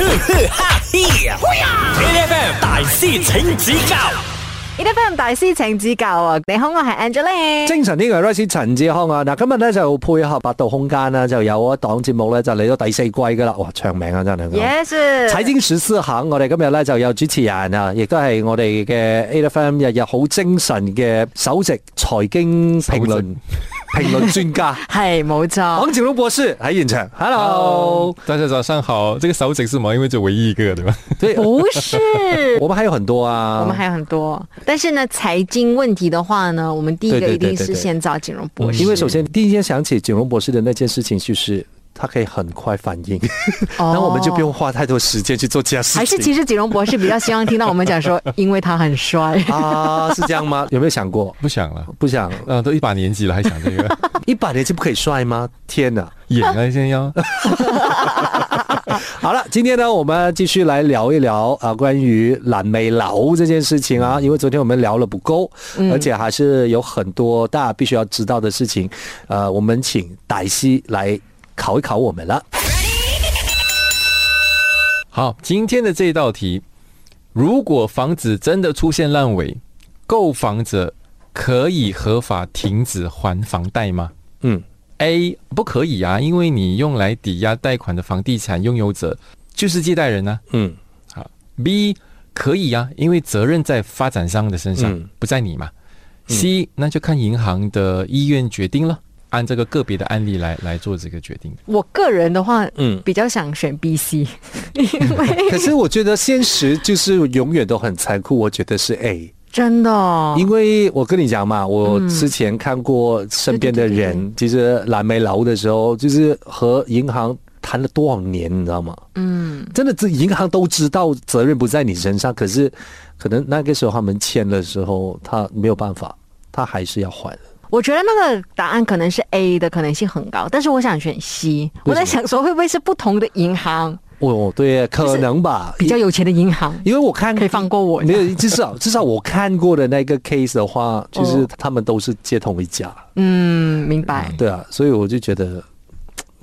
哈嘿，FM 大师请指教而家翻大師請指教啊！你好，我係 Angeline。精神呢個係 Rice 陳志康啊！嗱，今日咧就配合百度空間啦，就有一檔節目咧就嚟到第四季噶啦，哇，長命啊真係！ Yes，財經十四行，我哋今日咧就有主持人啊，亦都係我哋嘅 A F M 日日好精神嘅首席財經評論評論 專家係冇錯。黃景龍博士喺現場，Hello，大家早上好，这个手指是吗？因为就唯一一个，对吧？ 所以不 是，我们还有很多啊，我們還有很多，但是呢，財經問題的話呢，我們第一個對對一對定是對對先找景榮博士，因为首先第一天想起景荣博士的那件事情，就是他可以很快反应，哦然后我们就不用花太多时间去做其他事还是情。其實景榮博士比較希望聽到我們講 說，因為他很帥。啊，是这样吗？ 有没有想过？不想了，不想，嗯、都一把年纪了，还想这个一百年就不可以帅吗？天哪！演啊，现在要。好了，今天呢，我们继续来聊一聊啊、关于蓝莓楼这件事情啊，因为昨天我们聊了不够，而且还是有很多大家必须要知道的事情。呃，我们请歹西来考一考我们了。好，今天的这一道题，如果房子真的出现烂尾，购房者可以合法停止还房贷吗嗯， ？A 不可以啊，因为你用来抵押贷款的房地产拥有者就是借贷人啊呢、嗯，好，B 可以啊，因为责任在发展商的身上，嗯不在你嘛。C 那就看银行的意愿决定了，按这个个别的案例来来做这个决定。我個人的話，嗯比較想選 B、C，因為可是我觉得现实就是永远都很残酷，我觉得是 A，真的哦，因为我跟你讲嘛，我之前看过身边的人，嗯其实蓝莓楼的时候，就是和银行谈了多少年，你知道吗？嗯，真的，这银行都知道责任不在你身上，可是可能那个时候他们签的时候，他没有办法，他还是要还。我觉得那个答案可能是 A 的可能性很高，但是我想选 C。为什么我在想说会不会是不同的银行，哦，对，可能吧，比较有钱的银行因为我看可以放过我没有，至少至少我看过的那个 case 的话，就是哦他们都是接同一家。嗯，明白。对啊，所以我就觉得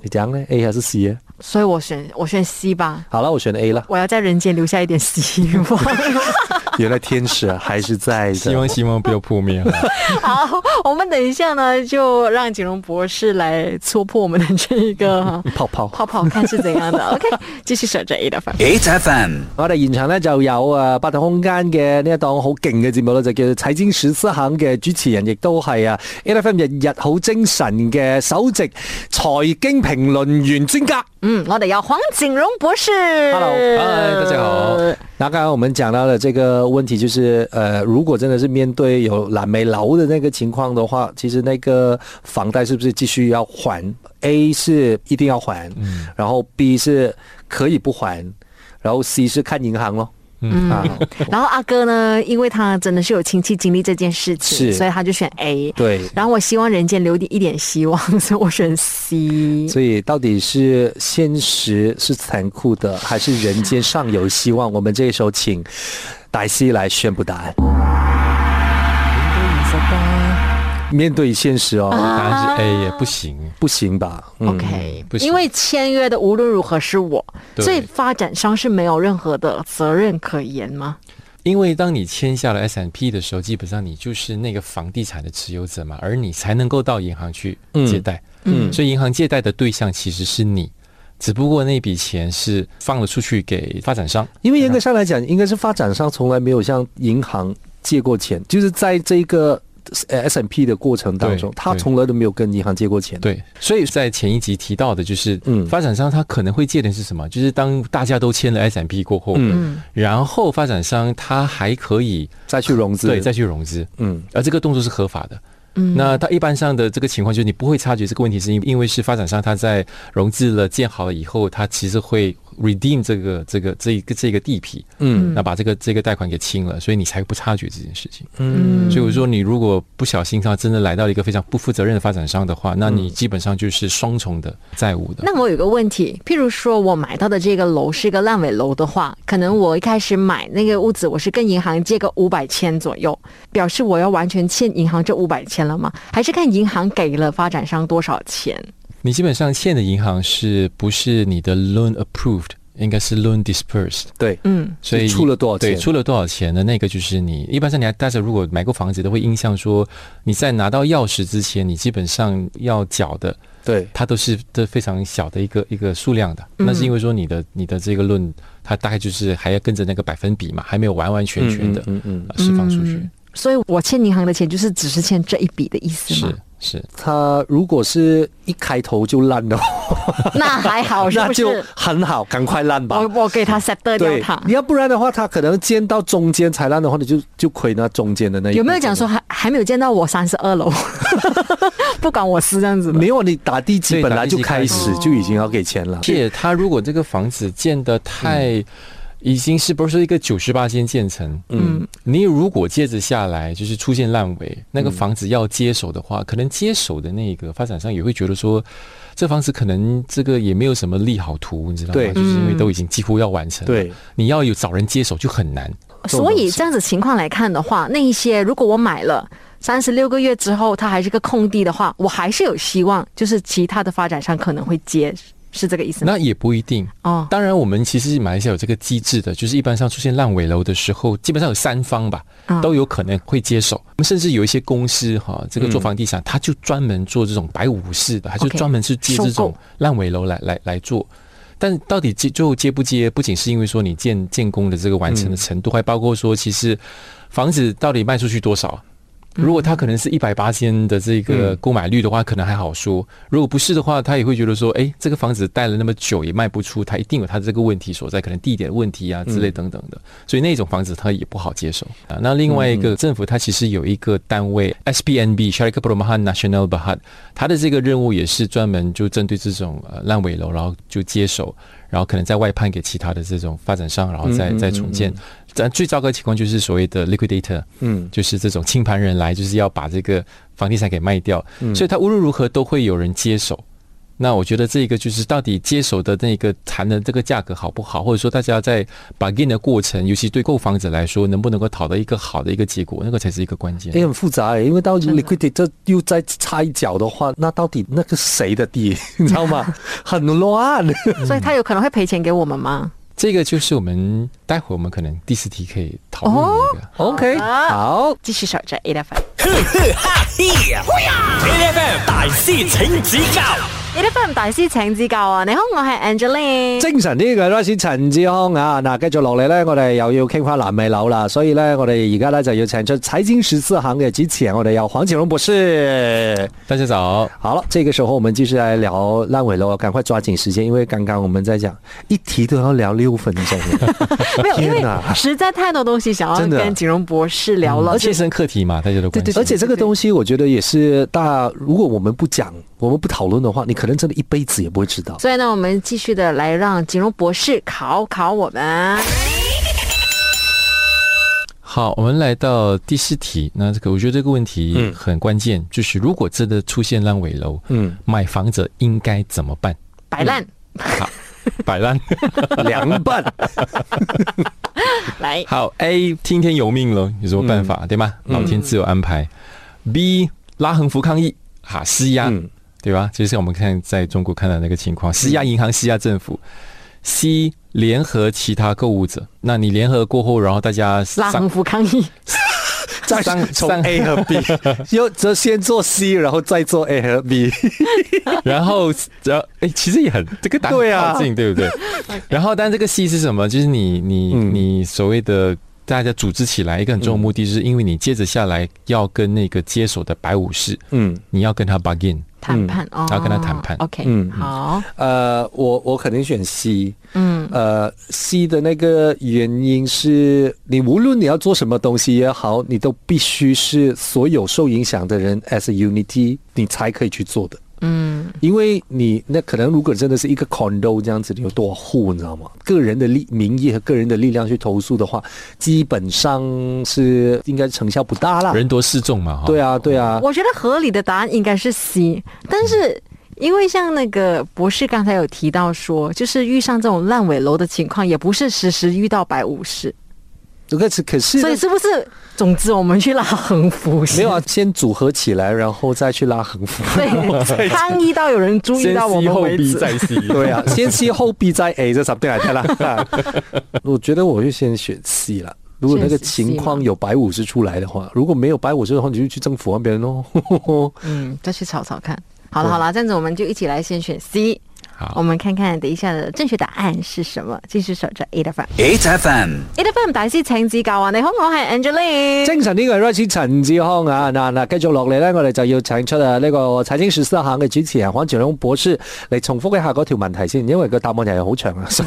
你讲呢？A 还是 C？呢啊所以我选我选 C 吧。好了，我选 A 了。我要在人间留下一点希望。 原来天使啊还是在的。希望希望不要破 灭啊。好，我们等一下呢，就让景荣博士来戳破我们的这一个泡泡泡泡，看是怎样的。OK，继续守着 A 的反。 ，HFM 我哋現場咧就有啊八達空間嘅呢一檔好勁嘅節目咧，就叫做《財經十四行》嘅主持人，亦都係啊 A F M 日日好精神嘅首席財經評論員專家。嗯，我得要黄景荣博士。 Hello，嗨大家好那刚刚我们讲到的这个问题，就是呃，如果真的是面对有蓝莓楼的那个情况的话，其实那个房贷是不是继续要还？A 是一定要还，嗯然后 B 是可以不还，然后 C 是看银行咯。嗯啊，然后阿哥呢，因为他真的是有亲戚经历这件事情，是所以他就选 A。对然后我希望人间留一点希望，所以我选 C。所以到底是现实是残酷的，还是人间尚有希望？我们这时候请达西来宣布答案。面对现实哦，答案是 A 也不行，不行吧？嗯啊 OK，、不行因为签约的无论如何是我，对所以发展商是没有任何的责任可言吗？因为当你签下了 S M P 的时候，基本上你就是那个房地产的持有者嘛，而你才能够到银行去借贷。嗯所以银行借贷的对象其实是你，只不过那笔钱是放了出去给发展商。因为严格上来讲，应该是发展商从来没有向银行借过钱，就是在这个呃 S M P 的过程当中对，他对从来都没有跟银行借过钱。，对，所以在前一集提到的，就是嗯发展商他可能会借的是什么？就是当大家都签了 S M P 过后，嗯然后发展商他还可以再去融资，对再去融资，嗯而这个动作是合法的。嗯，那他一般上的这个情况就是你不会察觉这个问题，是因因为是发展商他在融资了建好了以后，他其实会 redeem 这个这个这一个这个地皮，嗯那把这个这个贷款给清了，所以你才不察觉这件事情。嗯所以我说，你如果不小心他真的来到一个非常不负责任的发展商的话，那嗯你基本上就是双重的债务的。那我有个问题，譬如说我买到的这个楼是一个烂尾楼的话，可能我一开始买那个屋子，我是跟银行借个五百千左右，表示我要完全欠银行这五百千了吗？还是看银行给了发展商多少钱？你基本上欠的银行是不是你的 loan approved？应该是 loan dispersed，对，嗯，所以是出了多少钱对，出了多少钱的那个就是你。一般上你还大家如果买过房子，都会印象说，你在拿到钥匙之前，你基本上要缴的，对，它都是这非常小的一个一个数量的。嗯那是因为说你的你的这个论，它大概就是还要跟着那个百分比嘛，还没有完完全全的嗯嗯，呃释放出去。所以我欠银行的钱就是只是欠这一笔的意思嘛是。是，他如果是一开头就烂的话，那还好，哦是 那不？就是很好，赶快烂吧我。我给他 set 掉对他，。你要不然的话，他可能建到中间才烂的话，你就就亏那中间的那一部分有没有讲说还还没有见到我三十二楼， 不管我是这样子的没？有？你打地基对本来打地就基开开始始就已经要给钱了嗯而。且它如果这个房子建的太，已经是不是一个九十八间建成，嗯，你如果接着下来就是出现烂尾，那个房子要接手的话，嗯可能接手的那个发展商也会觉得说，这房子可能这个也没有什么利好图，你知道吗对？就是因为都已经几乎要完成了，对，你要有找人接手就很难。所以这样子情况来看的话，那一些如果我买了三十六个月之后，它还是个空地的话，我还是有希望，就是其他的发展商可能会接，是这个意思吗？那也不一定。哦，当然，我们其实马来西亚有这个机制的，就是一般上出现烂尾楼的时候，基本上有三方吧嗯，都有可能会接手。我们甚至有一些公司哈，这个做房地产，他就专门做这种白武士的，他就 OK，专门是接这收种购烂尾楼来来来做。但到底接最后接不接，不仅是因为说你建建工的这个完成的程度，还包括说其实房子到底卖出去多少。如果他可能是一百八千的这个购买率的话，可能还好说；如果不是的话，他也会觉得说，哎，这个房子待了那么久也卖不出，他一定有他的这个问题所在，可能地点问题啊之类等等的。所以那种房子他也不好接受啊。那另外一个政府，它其实有一个单位 SPNB Syarikat Perumahan Nasional Berhad，它的这个任务也是专门就针对这种呃烂尾楼，然后就接手，然后可能再外判给其他的这种发展商，然后再再重建。但最糟糕的情况就是所谓的 liquidator，嗯，就是这种清盘人来，就是要把这个房地产给卖掉，所以他无论如何都会有人接手。那我觉得这个就是到底接手的那个谈的这个价格好不好，或者说大家在 bargain 的过程，尤其对购房者来说，能不能够讨到一个好的一个结果，那个才是一个关键。也很复杂欸，因为到真的 liquidity 这又再插一脚的话，那到底那个谁的地， 你知道 吗？很乱。所以他有可能会赔钱给我们吗？这个就是我们待会我们可能第四题可以讨论的一个。 OK，好，继续守着 A F M。 A F M 大师请指教你啲分唔大師請指教啊！你好，我係 Angeline。精神呢個 r i s 陳志康啊，嗱，繼續落嚟咧，我哋又要傾翻南美樓啦，所以咧，我哋而家咧就要請出財經十四行嘅主持人，我哋有黃景榮博士。大家早，好了，这个时候我们继续来聊烂尾楼，赶快抓紧时间，因为刚刚我们在讲一题都要聊六分 钟了，没有，因为天哪实在太多东西想要真的跟景荣博士聊了，而就切身课题嘛，大家都关心。而且这个东西我觉得也是大，如果我们不讲，我们不讨论的话，你可能真的一辈子也不会知道。所以呢，我们继续的来让景荣博士考考我们。好，我们来到第四题。那这个我觉得这个问题很关键，就是如果真的出现烂尾楼，嗯，买房者应该怎么办？摆烂，好，摆烂。凉拌， 来， 好，A 听天由命了，有什么办法、对吗？老天自有安排。B 拉横幅抗议，哈施压，嗯对吧？就像我们看在中国看到那个情况，施压银行，施压政府。C 联合其他购物者，那你联合过后，然后大家拉横上幅抗议，再上从上 A 和 B，又 则先做 C，然后再做 A 和 B。然后，然后，哎，其实也很这个答对啊案靠近，对不 对？然后，但这个 C 是什么？就是你你、嗯你所谓的大家组织起来，一个很重要的目的，就是因为你接着下来要跟那个接手的白武士，嗯，你要跟他 bargain。谈判哦，要跟他谈判 OK，嗯好，呃，我我肯定选 C。嗯，呃，C 的那个原因是你无论你要做什么东西也好，你都必须是所有受影响的人 as a unity，你才可以去做的。嗯，因为你那可能如果真的是一个 condo 这样子，你有多少户，你知道吗？个人的力名义和个人的力量去投诉的话，基本上是应该成效不大啦。人多势众嘛，哈。啊对啊，对啊，我觉得合理的答案应该是 C，但是。因为像那个博士刚才有提到说，就是遇上这种烂尾楼的情况，也不是时时遇到百五十，这个是可是所以是不是？总之，我们去拉横幅先，没有啊，先组合起来，然后再去拉横幅。对，抗议到有人注意先到我 C 们后为 B 止。再 C，对 啊，先 C 后 B 再 A，这 something like that 啦 我觉得我会先选 C 了。如果那个先选 C 情况吗有百五十出来的话，如果没有百五十的话，你就去政府那边 咯。嗯，再去吵吵看。好了好了，这样子我们就一起来先选 C，我好，们看看等一下的正确答案是什么。继续守着 A 的 f ，H F M， A 的 f 大師請指教啊！你好，我係 Angeline。精神呢個係 r i c h 陳志康啊，嗱嗱，繼續落嚟咧，我哋就要請出啊呢個財經十四行嘅主持人黃trường龍博士嚟重複一下嗰條問題先，因為個答案又係好長啊，所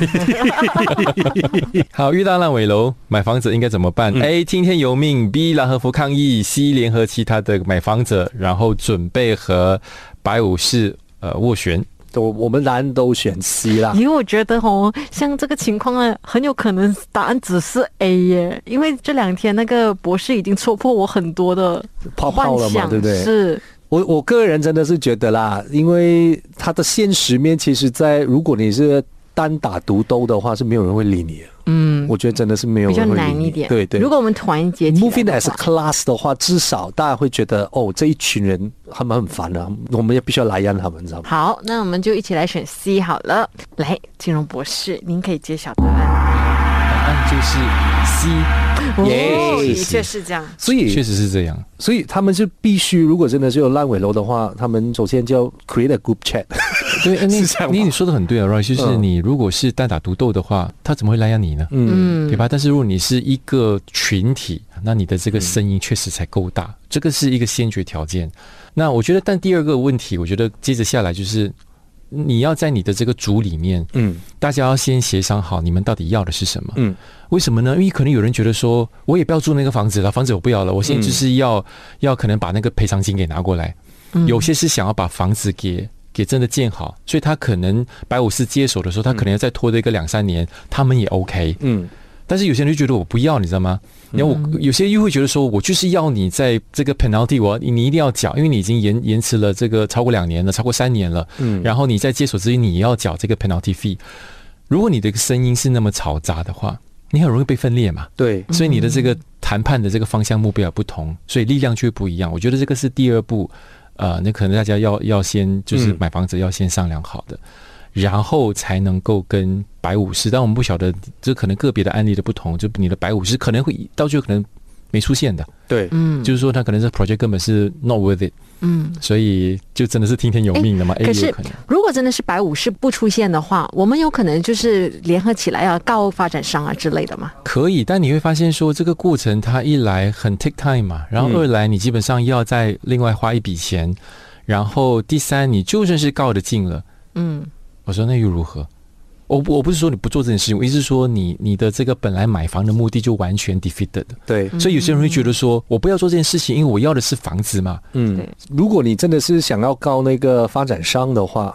以 好，遇到烂尾楼，买房子应该怎么嗯办、a 听天由命；B. 拉合福抗议；C. 联合其他的买房者，然后准备和白武士呃斡旋。我我们難道選 C 啦？因为我觉得哦，像这个情况呢，很有可能答案只是 A 耶，因为这两天那个博士已经戳破我很多的泡幻泡了嘛，想，对不对？是，我我个人真的是觉得啦，因为它的现实面，其实在如果你是单打独斗的话，是没有人会理你的。嗯，我觉得真的是没有比较人会理难你。一点。对对。如果我们团结起 moving 来 as 的 a 话， class 的话，至少大家会觉得哦，这一群人他们很烦啊，我们也必须要来让他们，你知道吗？好，那我们就一起来选 C 好了。来，金融博士，您可以揭晓答案。答案就是 C，哦，的耶确是这样。所以确实是这样。所以他们是必须，如果真的是有烂尾楼的话，他们首先就要 create a group chat。对，你这样吗你你说的很对啊 r o y 就是嗯你如果是单打独斗的话，他怎么会来压你呢？嗯，嗯对吧？但是如果你是一个群体，那你的这个声音确实才够嗯大，这个是一个先决条件。那我觉得，但第二个问题，我觉得接着下来就是，你要在你的这个组里面，嗯大家要先协商好，你们到底要的是什么？嗯为什么呢？因为可能有人觉得说，我也不要住那个房子了，房子我不要了，我嗯现在就是要、要可能把那个赔偿金给拿过来。嗯有些是想要把房子给给真的建好，所以他可能白武士接手的时候，他可能要再拖这个两三年，他们也 OK。嗯但是有些人就觉得我不要，你知道吗？然后我有些又会觉得说，我就是要你在这个 penalty，我你一定要缴，因为你已经延延迟了这个超过两年了，超过三年了。嗯然后你在接手之前，你也要缴这个 penalty fee。如果你的声音是那么嘈杂的话，你很容易被分裂嘛。对，所以你的这嗯个谈判的这个方向目标也不同，所以力量却不一样。我觉得这个是第二步，呃，那可能大家要要先就是嗯买房子要先商量好的，然后才能够跟白武士。但我们不晓得，这可能个别的案例的不同，就你的白武士可能会到最后可能没出现的，对，嗯就是说他可能这 project 根本是 not worth it，嗯。所以就真的是听天由命的嘛。可 A 有是可能，如果真的是白武士不出现的话，我们有可能就是联合起来要告发展商啊之类的嘛。可以，但你会发现说这个过程它一来很 take time 嘛，然后嗯二来你基本上要再另外花一笔钱，然后第三你就算是告得进了，嗯，我说那又如何？我不我不是说你不做这件事情，我意思是说你你的这个本来买房的目的就完全 defeated 的，对，所以有些人会觉得说我不要做这件事情，因为我要的是房子嘛。嗯对，如果你真的是想要告那个发展商的话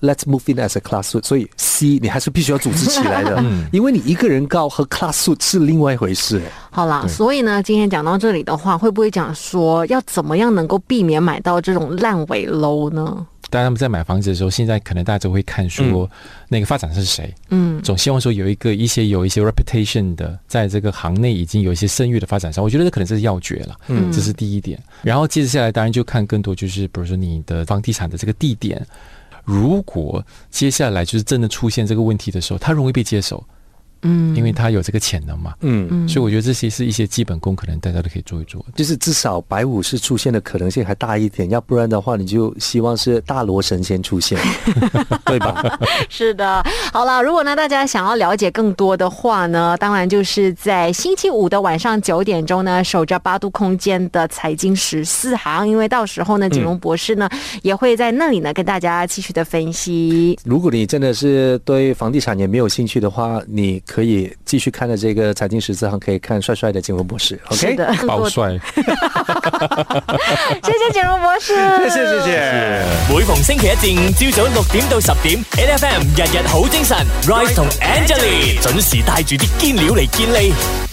，Let's move in as a class suit。所以 C 你还是必须要组织起来的，嗯因为你一个人告和 class suit 是另外一回事。好啦，所以呢，今天讲到这里的话，会不会讲说要怎么样能够避免买到这种烂尾楼呢？当他们在买房子的时候，现在可能大家都会看说那个发展是谁，嗯，总希望说有一个一些有一些 reputation 的，在这个行内已经有一些声誉的发展商，我觉得这可能是要诀了，嗯，这是第一点。然后接着下来，当然就看更多就是比如说你的房地产的这个地点，如果接下来就是真的出现这个问题的时候，它容易被接手，嗯，因为它有这个潜能嘛，嗯，所以我觉得这些是一些基本功，可能大家都可以做一做。就是至少白武士出现的可能性还大一点，要不然的话，你就希望是大罗神仙出现，对吧？是的，好了，如果呢大家想要了解更多的话呢，当然就是在星期五的晚上九点钟呢，守着八度空间的财经十四行，因为到时候呢，嗯景荣博士呢、也会在那里呢跟大家继续的分析。如果你真的是对房地产也没有兴趣的话，你可以继续看着这个财经十字行，可以看帅帅的金融博士。是 OK，的， 暴帅，谢谢景荣博士， 谢谢谢谢。每逢星期一至五朝早六点到十点，N F M 日日好精神，Rise 同 Angelie 准时带住啲坚料嚟健利。